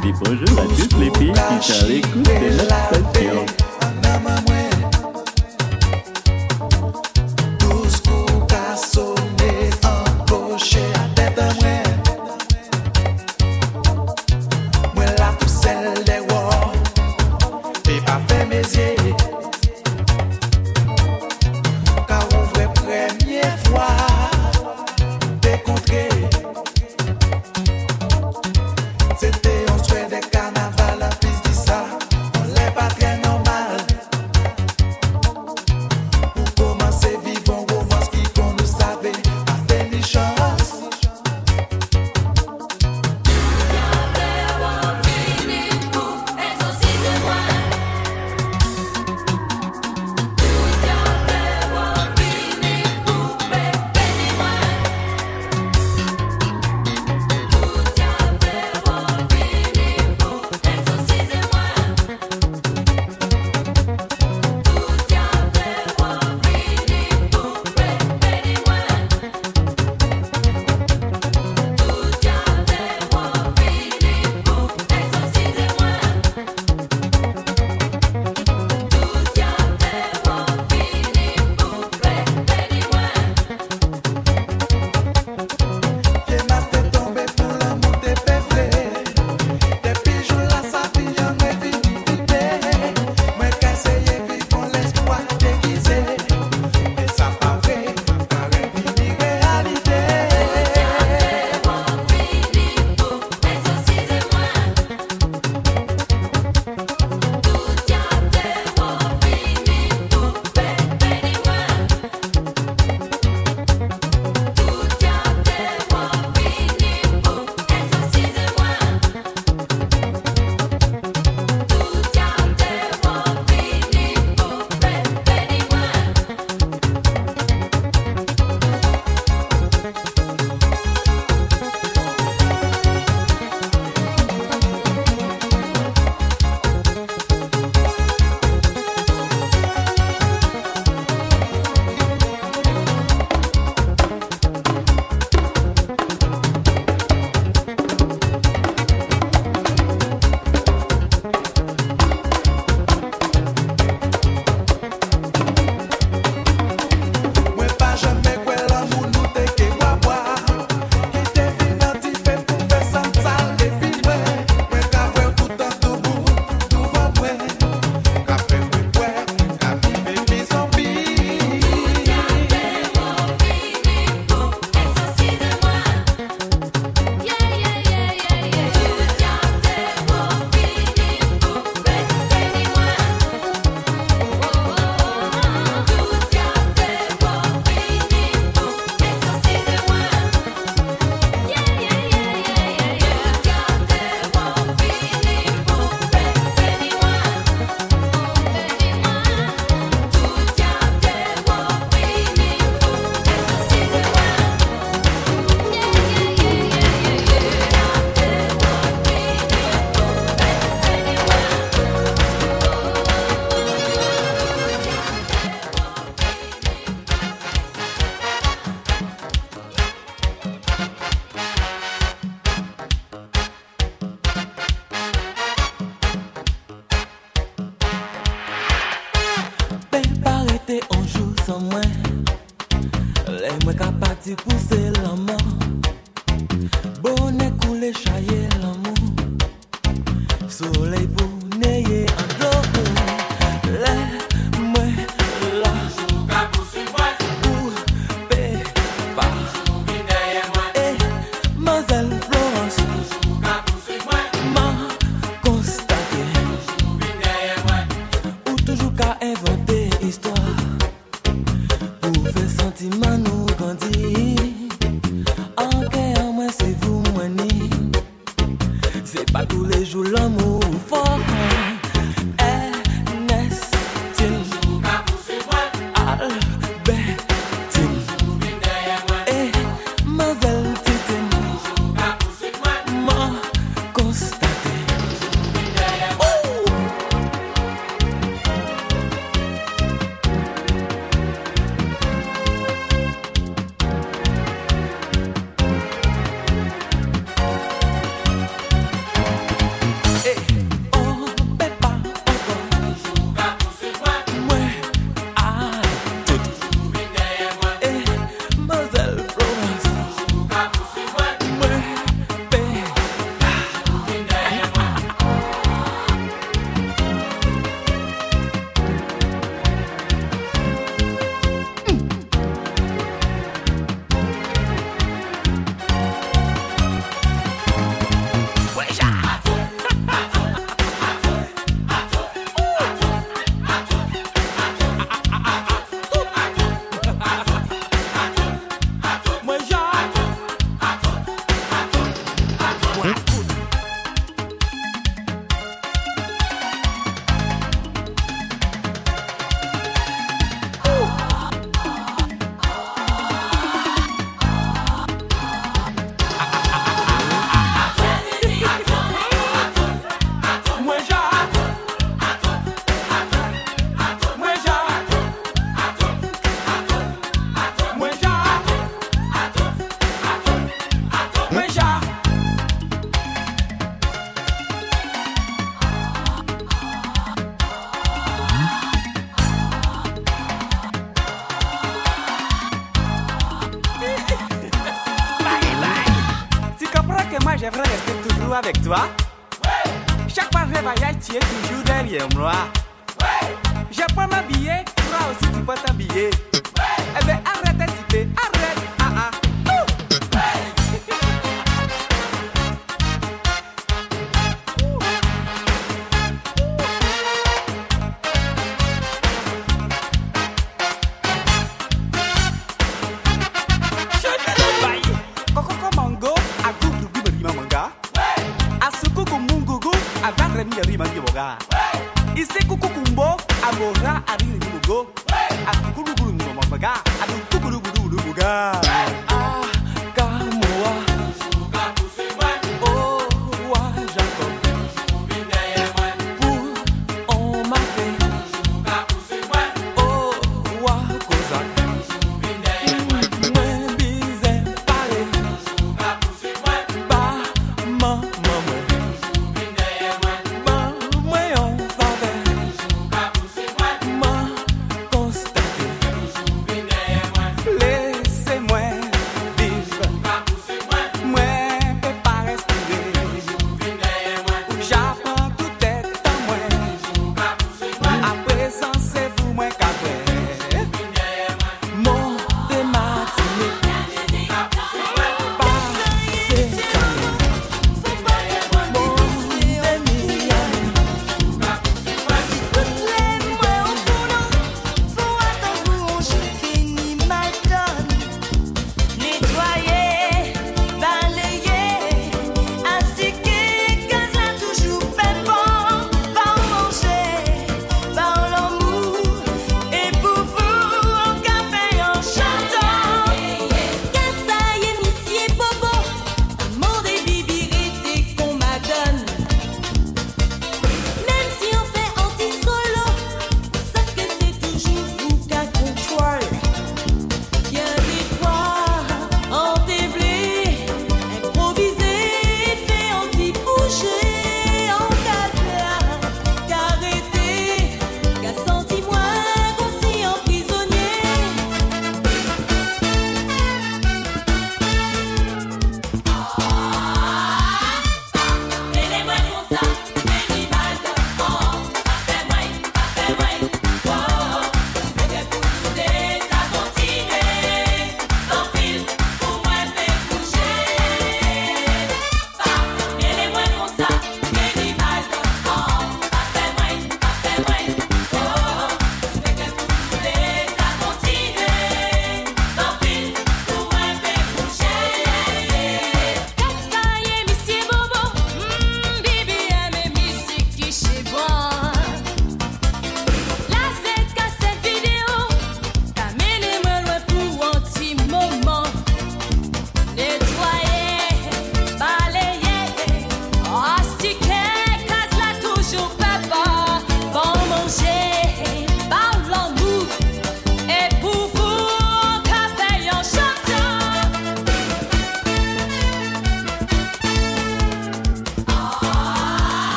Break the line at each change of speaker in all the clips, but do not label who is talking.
dis bonjour à tous les filles qui sont à l'écoute de notre station.
toujours avec toi. Chaque fois que je voyage, tu es toujours derrière moi. Je prends ma billet, toi aussi tu prends ta billet. Eh ben arrête un petit peu, arrête. Ah ah. Ouh. isekukukumbo abora arinimugo akulugulumuga adukukulugulumuga
oh. mm,
Laissez-moi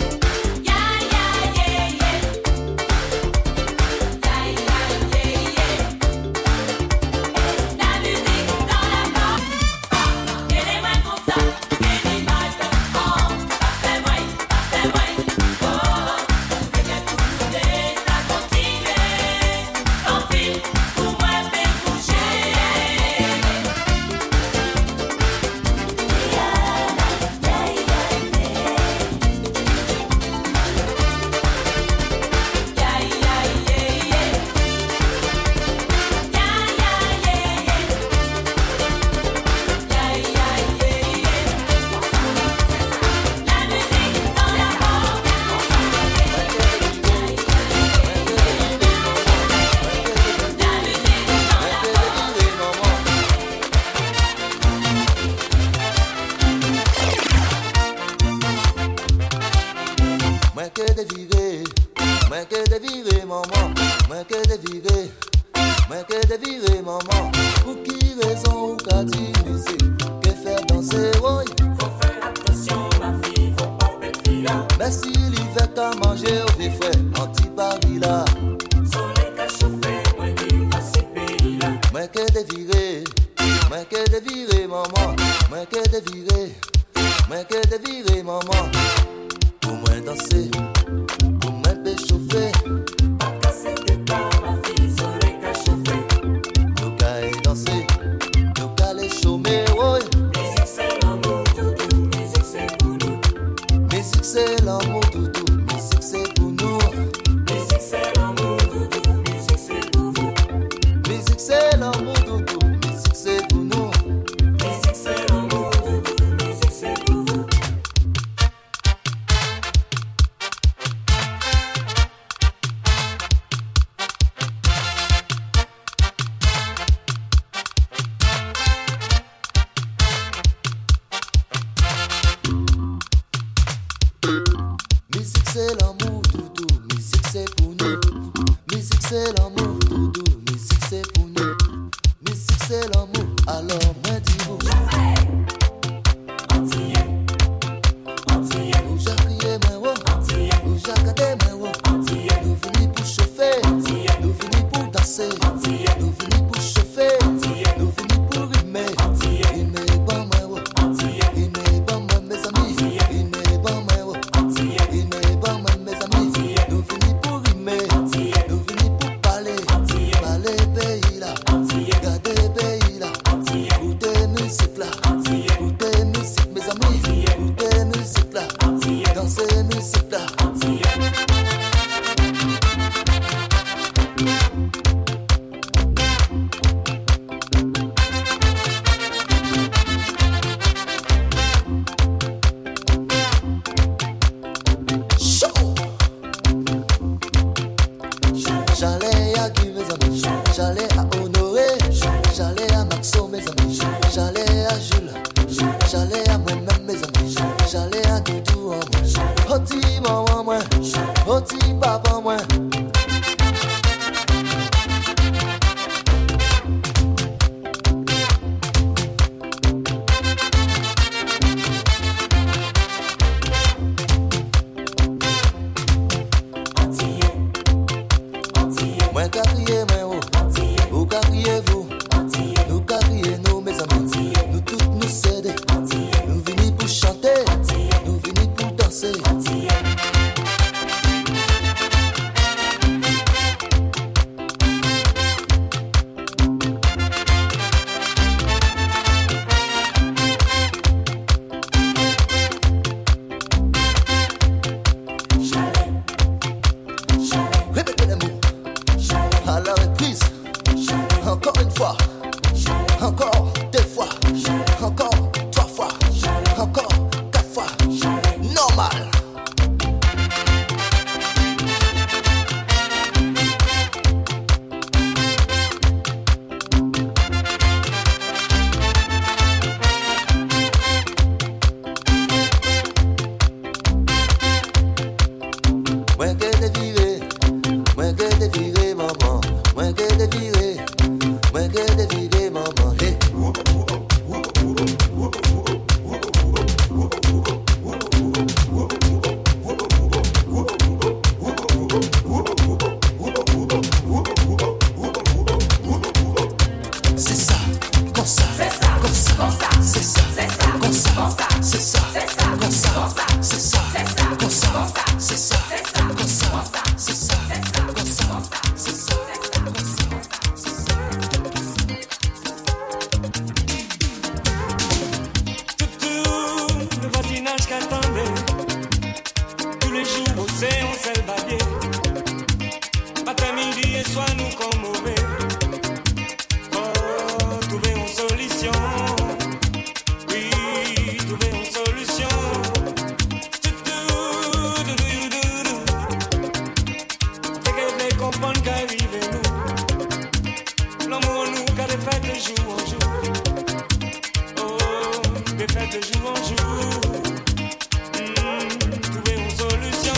Ah.
Mwen ke devire, mwen ke devire maman Mwen ke devire, mwen ke devire maman Pou ki rezon ou ka di mizi Ke fer dans se roy
Faut faire attention, la fille, hein. faut pas bêtir.
Mwen si li vet a manje ou vi fwe Anti-pari la
Soleil qu'a chauffé, moi qui va s'y payer là.
Mwen ke devire, mwen ke devire maman Mwen ke devire, mwen ke devire maman Pou mwen danse, pou mwen pe choufe
Pas casser tes dents, la fille, soleil qu'a chauffé.
Nou ka e danse, nou ka le choume woy
Musique, c'est l'amour, doudou, musique, c'est pour nous.
Mizik se l'amou doudou, mizik se pou nou
Musique, c'est l'amour, doudou, musique, c'est pour vous.
Mizik se l'amou doudou, mizik se pou nou
Musique, c'est l'amour, doudou, musique, c'est pour vous.
Mizik se l'amou doudou, mizik se pou nou Mizik se l'amou doudou, mizik se pou nou Mizik se l'amou, alor mwen di ou
Antillais, Antillais,
Ou jakriye mwen wou,
Antillais,
ou jakade mwen wou
Antillais,
Nou vini pou choufe,
Antillais,
nou vini pou danse
Antillais,
Nou vini pou choufe,
Antillais,
nou vini pou rime
Antillais,
Ime e ban mwen wou
Antillais,
Ime e ban mwen mes ami Ime e ban mwen wou
Antillais,
Ime e ban mwen mes ami Nou vini pou rime
Antillais,
Nou vini pou pale
Antillais,
Pale peyi la
Antillais,
Gade peyi la
Antillais,
Koute müzik la
Antillais,
Koute müzik mes ami Koute müzik la
Antillais,
Danse müzik la
Antillais.
Show J'allais à Guy mes amis J'allais à Honoré J'allais à Maxo mes amis J'allais à Jules J'allais à moi-même mes amis J'allais à Doudou en moi Oti maman moi Oti papa moi
Antillais, Antillais,
Mwen ka kriye mwen ou
Antillais,
Ou ka kriye vous
Antillais,
Nou ka kriye nou mes amis Nou tout nou sede
Antillais,
Nou vini pou chante
Antillais,
Nou vini pou danse
Antillais. Chalet, chalet,
Répétez les mots
chalet,
à la reprise
chalet,
Encore une fois
chalet.
Encore deux fois, encore trois fois, encore quatre fois, normal. Mwen ke devire, mwen ke devire maman, mwen ke devire, mwen ke devire maman, hey. C'est ça, comme ça, comme ça, c'est ça, comme ça, c'est ça, comme ça, c'est ça, comme ça, c'est ça, comme ça, c'est ça, comme ça, c'est ça, comme ça, c'est ça.
Tout le voisinage qu'attendait Tous les jours au sein on s'élbadiait Matin, midi et soir nous comme mauvais Oh, trouver une solution Oui, trouver une solution Tout, tout, tout, tout, tout. Fait que vous voulez comprendre qu'arrivez-nous L'amour nous qu'a des fêtes de jour en jour Oh, des fêtes de jour en jour. Hmm, trouver une solution.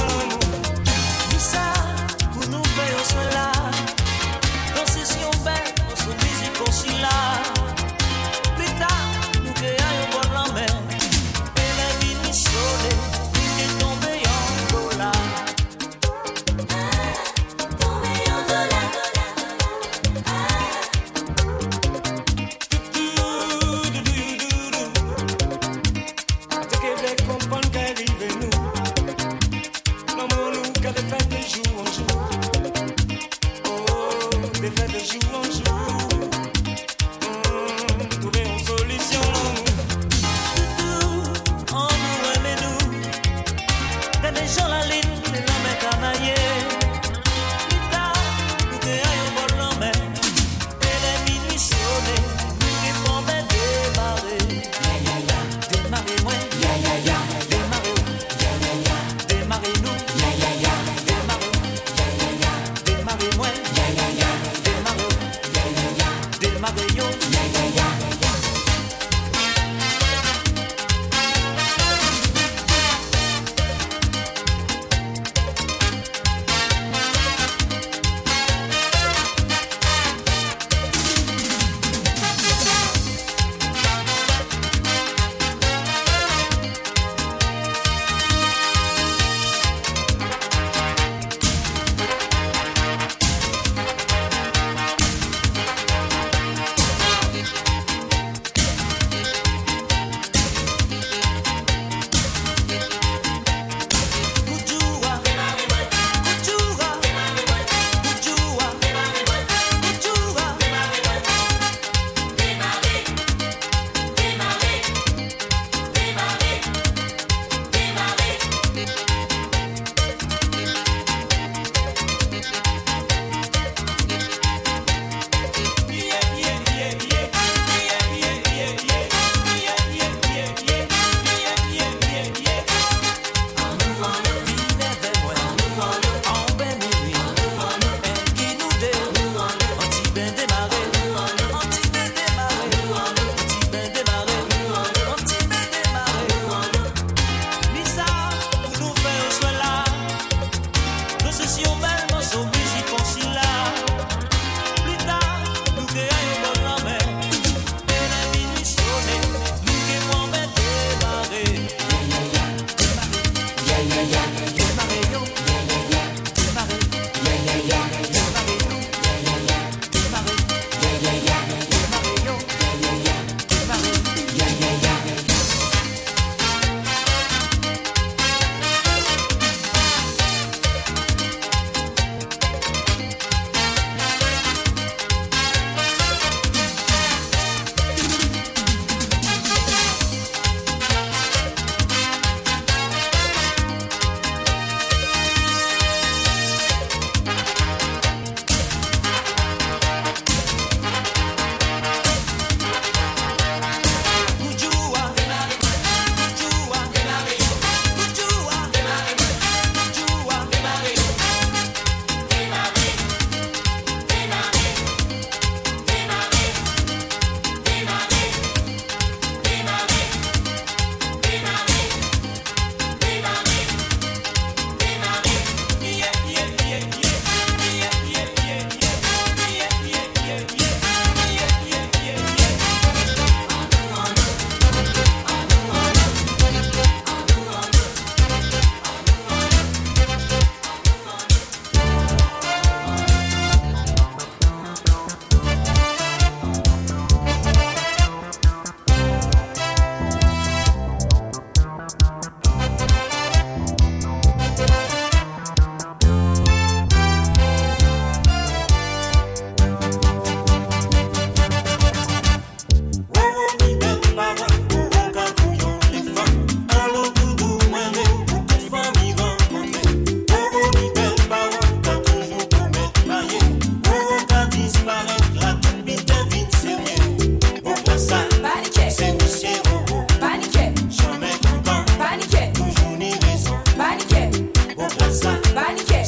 paniquer,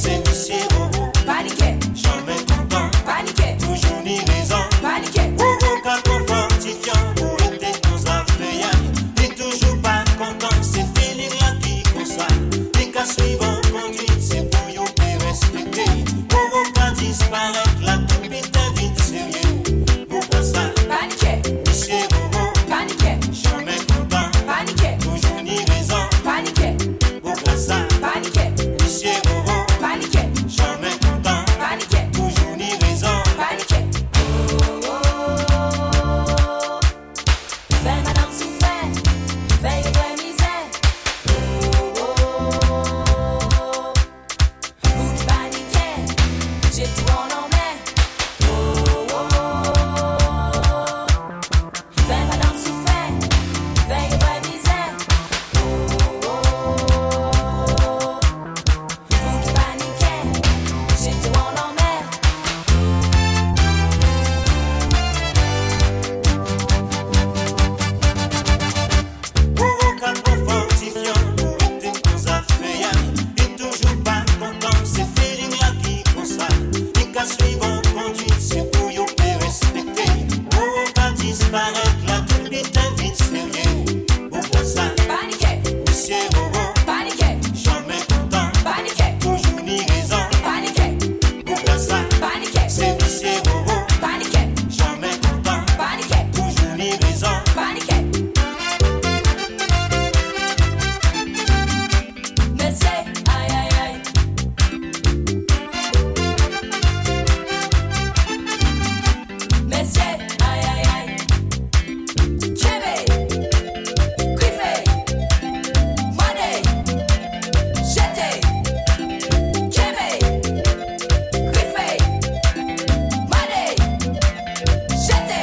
paniquer, paniquer, paniquer,
Suivant conduite, c'est pour yo te respecter. Pour vous pas disparaître, la compétence vite sérieux. Pour pas ça,
paniquer,
monsieur Bobo,
paniquer,
jamais content,
paniquer,
toujours ni raison.
paniquer,
Pour pas ça,
paniquer,
monsieur Bobo,
paniquer,
jamais content,
paniquer,
toujours ni raison.
paniquer.
Vem madame souffert, veille de misère. Oh oh, vous qui paniquez, j'ai tout en main. Oh oh, vem madame souffert, veille de misère. Oh oh, vous qui paniquez, j'ai tout en main.
Paniquer, paniquer, paniquer, paniquer, paniquer, paniquer, paniquer, paniquer.
Mese, ay ay ay Mese, ay ay ay Chebe, Quife, Money, Jete Chebe, Quife, Money, Jete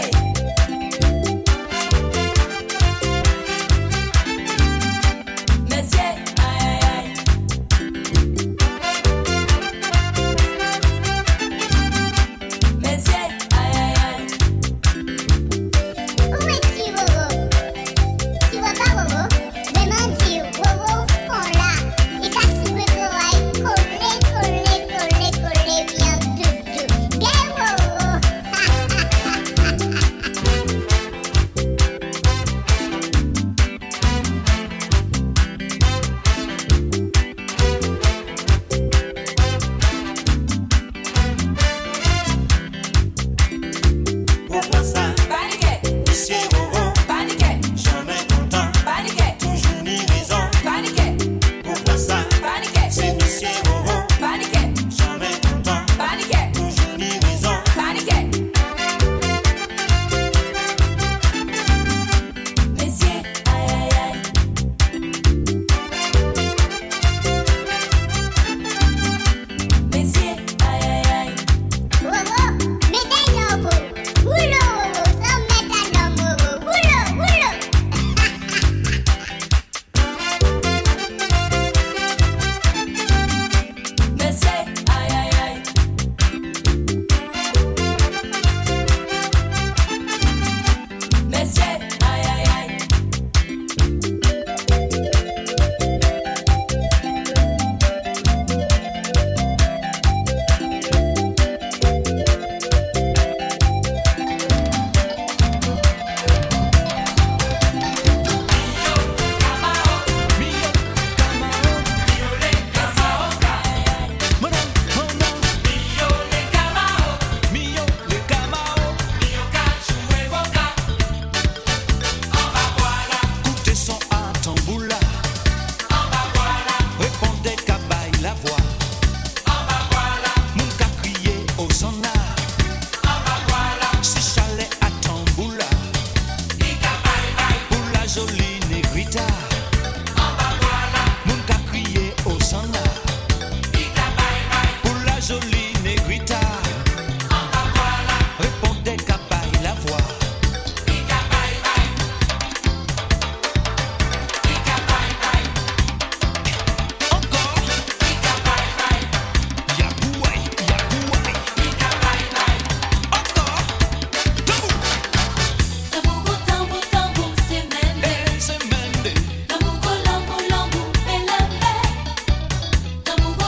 Mese, ay ay ay Mese, ay ay ay
Où es-tu, Wowo Tu vois pas, Wowo Vraiment, tu Wowo font là. Et ta soupe de coller, coller, coller, coller, bien tout, tout. Bien, Wowo
Paniquer, paniquer, paniquer, paniquer, paniquer, paniquer, paniquer, paniquer.
Mese, ay ay ay Mese, ay ay ay
Wowo, mets ta lampe. Boulot, Wowo, sans mettre ta lampe, Wowo. Boulot, boulot.
Mese, ay ay ay Mese, ay ay ay
Écoutez son tamboula. Répondez qu'à bail la voix. Moun qu'a crié au zona. Si chalet à tamboula. Pour la jolie négrita. Moun qu'a crié au zona. Pour la jolie négrita. Répondez qu'à bail la voix.
Tambougo, tambou, tambou, c'est mende Tambougo, lambou, lambou, et la paix Tambougo,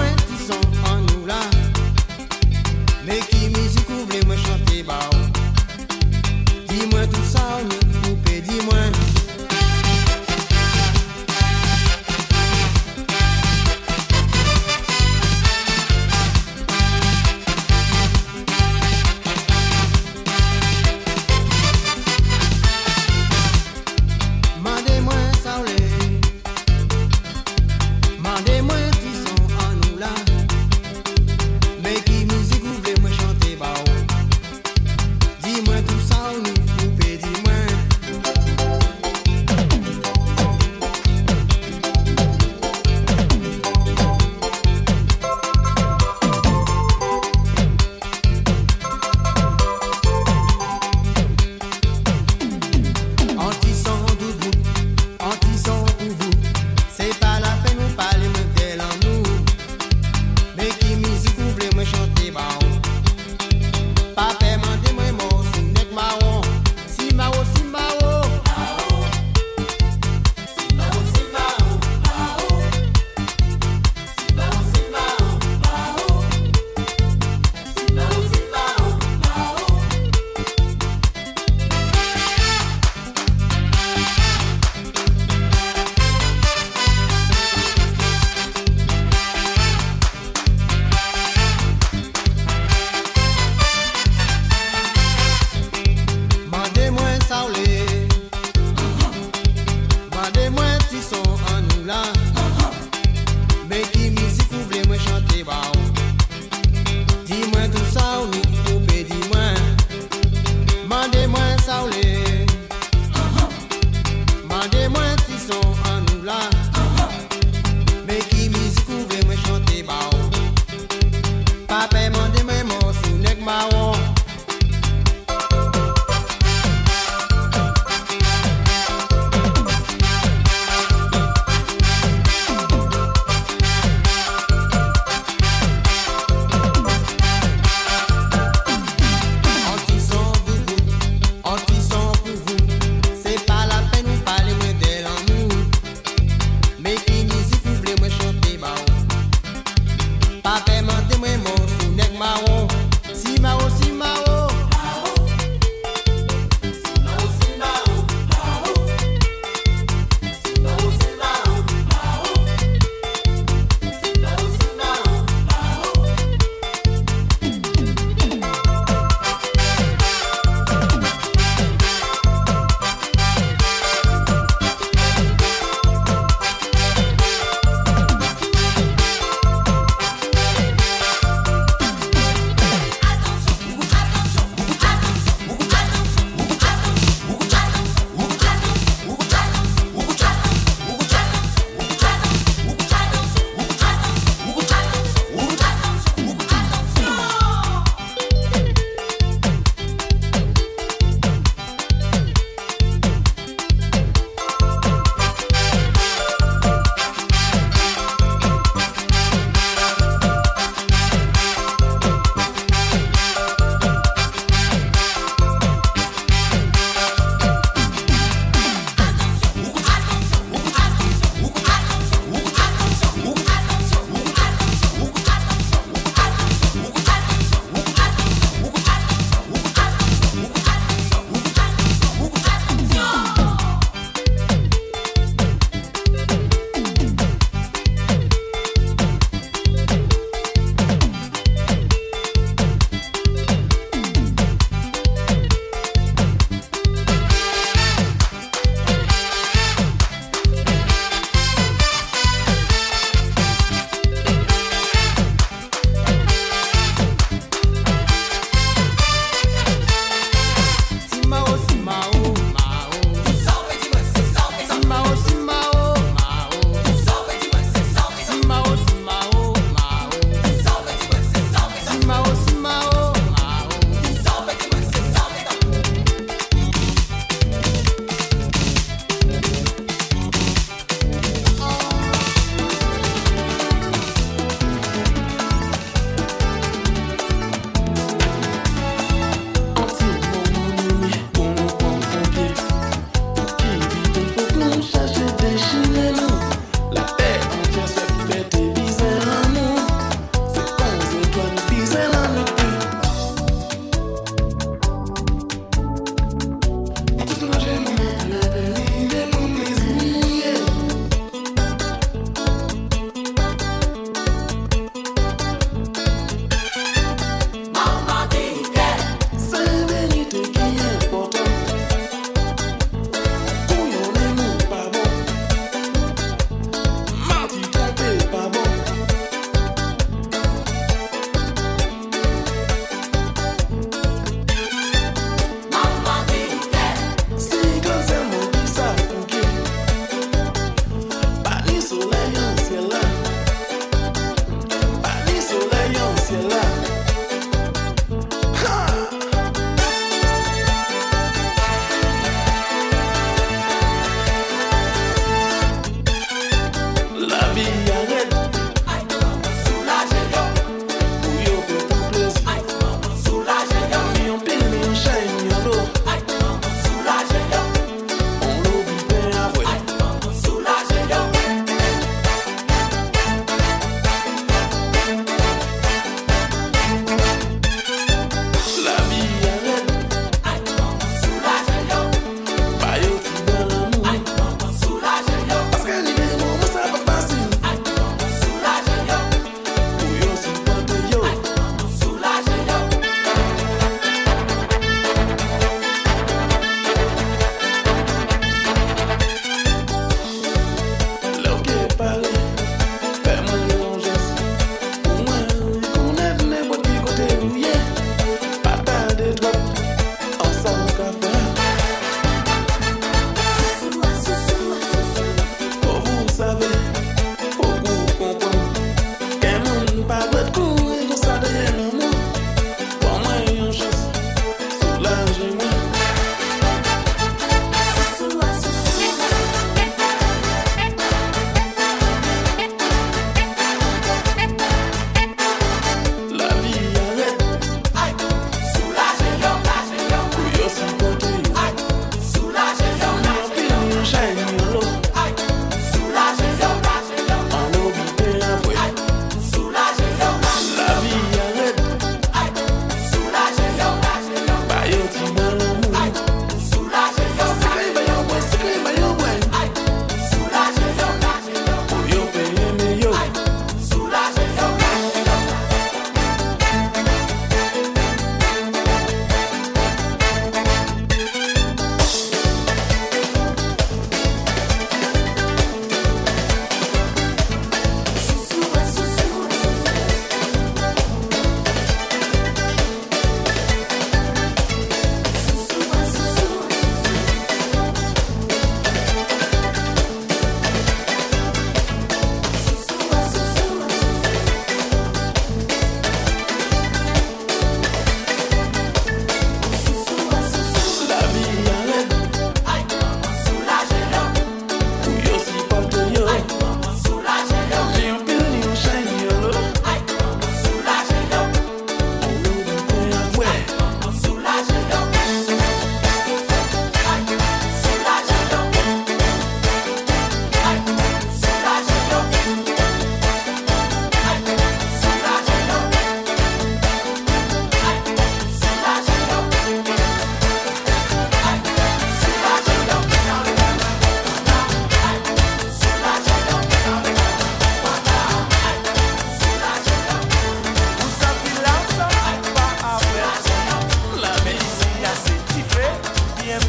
bah
mwen tout sa ou nou nou pedi mwen Mande mwen sa ou le Mande mwen ti son an nou la Men ki mouzik ou vle mwen chante ba ou Di mwen tout sa ou nou nou pedi mwen Anti-son dout bout, anti-son pou bout Se pa la pen ou pale mwen tel an nou Men ki mizik ou vle mwen chante ba ou Pa pe mande mwen mou sou nek ma ou Si ma ou, si ma ou oh, oh, oh, Mande mwen sa ou le Mande mwen ti son an nou la Men ki mizik ou vle mwen chante ba ou Di mwen tout sa ou nou ou pedi mwen Mande mwen sa ou le Mande mwen ti son an nou la Men ki mizik ou vle mwen chante ba ou Pape mande mwen mou sou oh. nek ma ou Anti-son boubou, anti-son oh, oh, oh, oh, oh.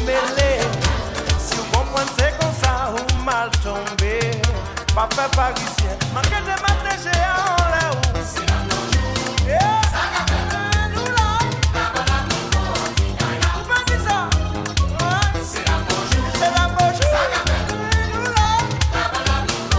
mele Si ou kompwen se kon sa ou mal tombe Pa fe parisien Manke de mateje an le ou Se la toujou Sa ka fe de nou la ou Ou pa di sa Se la bonjou Se la bonjou Sa ka fe de nou la ou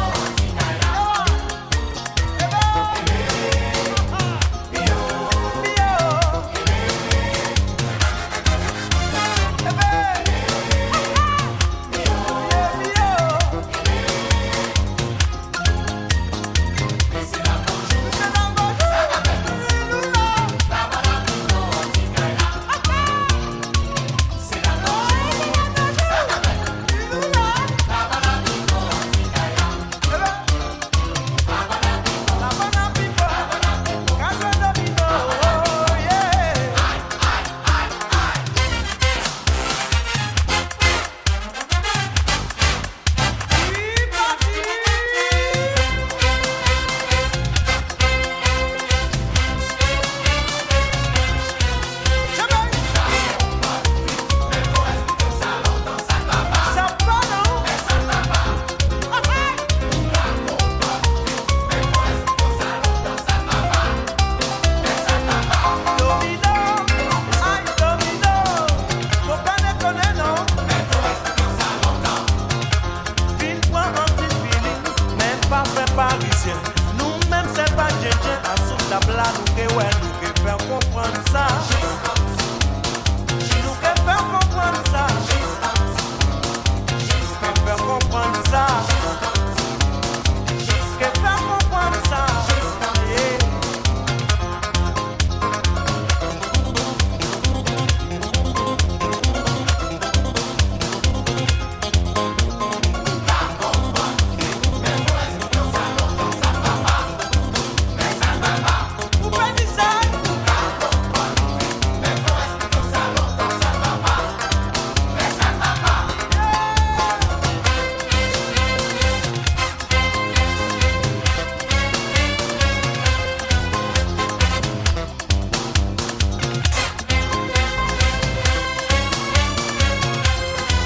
Yeah.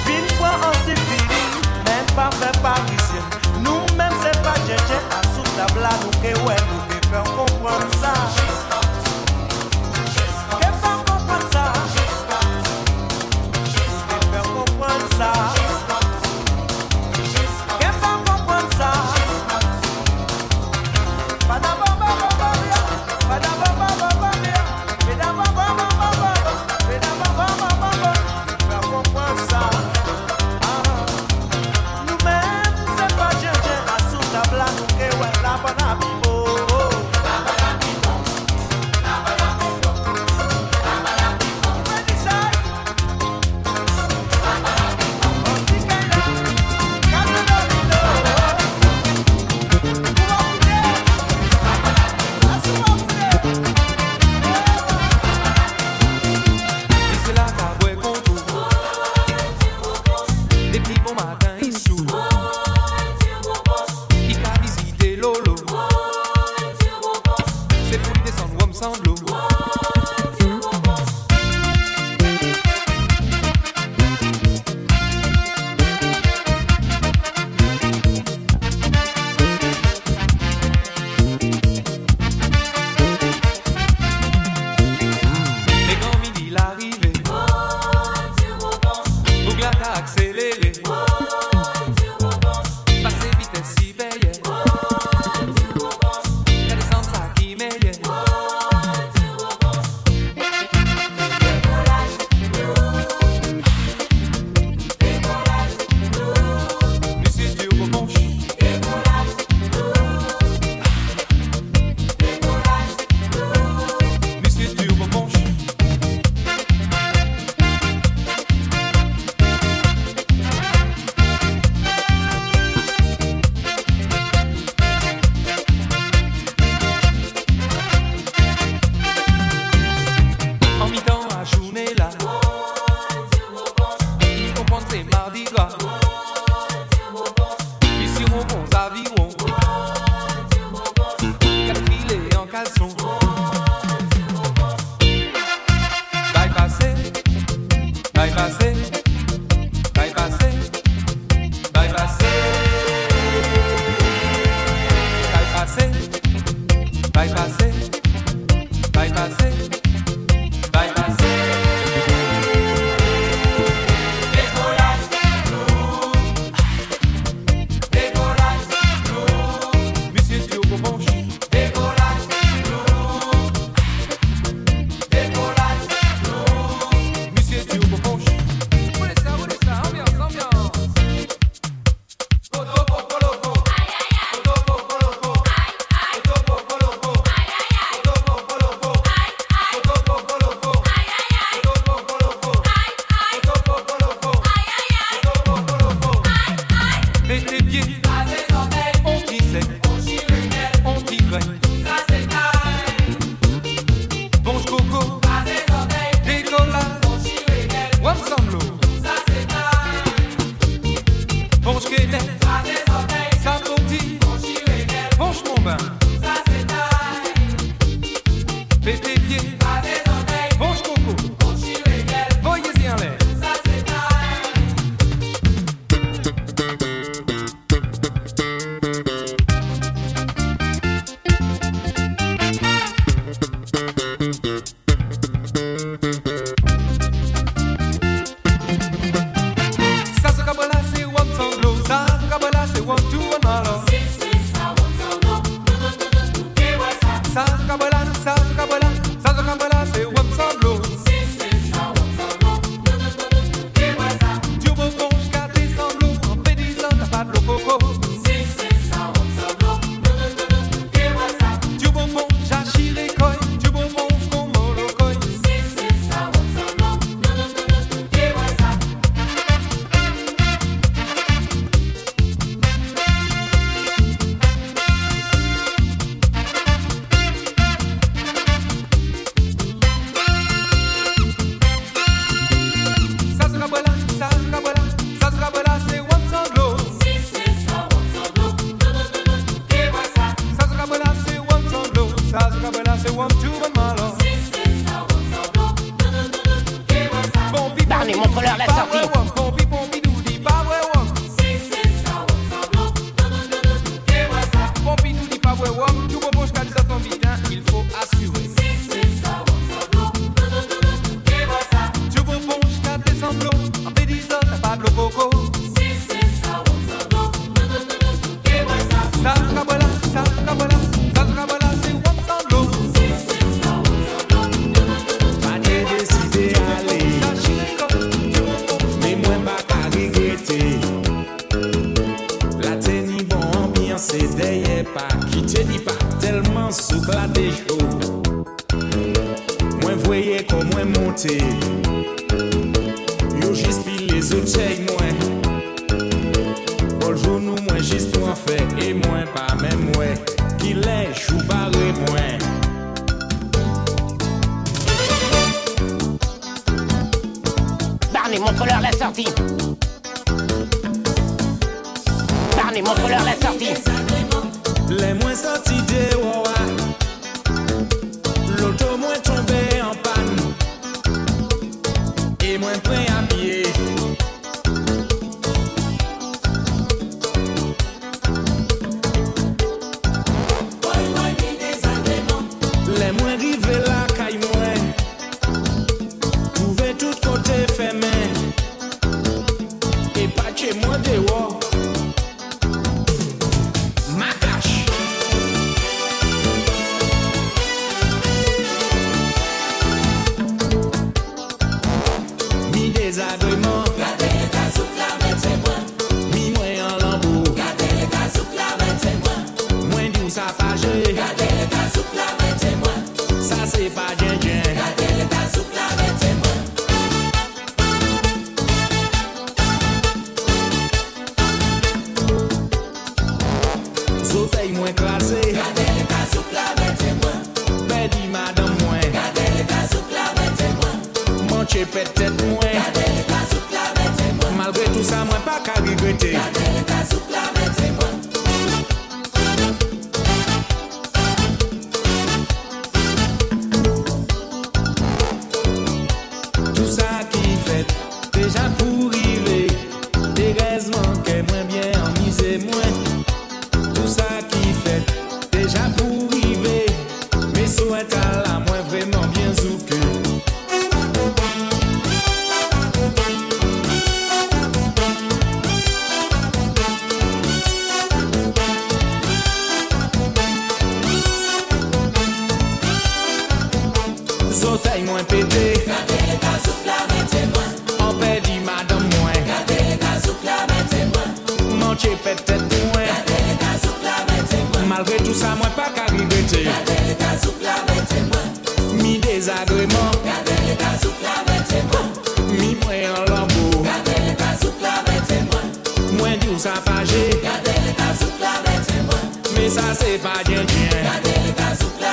Vin fwa an se fili, men pa fe parisyen Nou men se pa djenjen, asou tabla nou ke wè Nou ke fè kompran sa Ke fè kompran sa Ke fè kompran sa Ke fè kompran sa Padabababababia, padabababababia, padababababababa, padabababababa, fè kompran sa Nou men se pa jenje asou tabla nou ke wè la bana bibo La bana bibo, la bana bibo, la bana bibo Mwen disay, la bana bibo Mwen disay la, kaze do bido Mwen wapide, la bana bibo, asou wapide
Ici la caboué contour. Depuis bon matin, il joue. Il a visité Lolo. C'est pour descendre Wom sans l'eau. Mais quand midi l'arrivée, Bougla t'a accéléré. Passé vitesse si veillé. La descente ça qui m'aillait. Monsieur Turbo Ponche. Monsieur Turbo Ponche. En mi-temps à journée là, ils comprennent c'est mardi gras. Puis sur mon bon aviron, quatre filets en caleçon. Bye passé, bye passé,
Apedizol, Pablo Coco Salga bola, salga bola, salga bola, si wap salo
Panye deside ale,
Sashiko,
men mwen pa ka regrete La te ni bon ambiance, deye pa ki te di pa Telman souk la te chou Mwen voye kon mwen monte Yo jis pi les otey mwen Boljou nou mwen jis pou an fe E mwen pa men mwen Ki le chou bare mwen
Barney, montre-leur la sortie. Barney, montre-leur la sortie.
Le mwen soti de wawa Loto mwen tombe an pan E mwen pren an pie Le mwen rive la kay mwen Trouve tout kote femen E pache mwen de wawa Makash Mi dezagreman Mi mwen an lambou Mwen di ou sa faje Sa se pa djen djen Sotey mwen klasé Pedi madan mwen Manche petet mwen Malgre tout sa mwen pa ka regrete Tout sa ki fet Deja pou rive Degez manke mwen bien anmise mwen Tout sa ki fet Deja pou rive Me souet ala mwen vreman bien zouke Zotay mwen pete An pe di madam mwen Manche petet mwen Malgre tout sa mwen pa ka regrete Mi dezagreman Mi mwen an lambou Mwen di ou sa faje Me sa se pa djen djen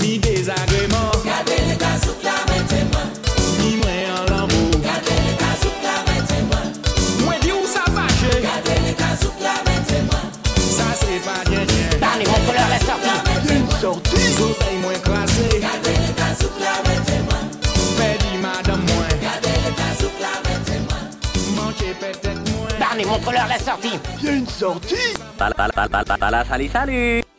Mi dezagreman Mi mwen an lambou Mwen di ou sa faje Sa se pa djen djen
Barney, montre-leur la sortie.
Zotay mwen krasé Pedi madam mwen Manche petet mwen
Barney, montre-leur la sortie.
Pala, pala, pala, pala, pala, salut, salut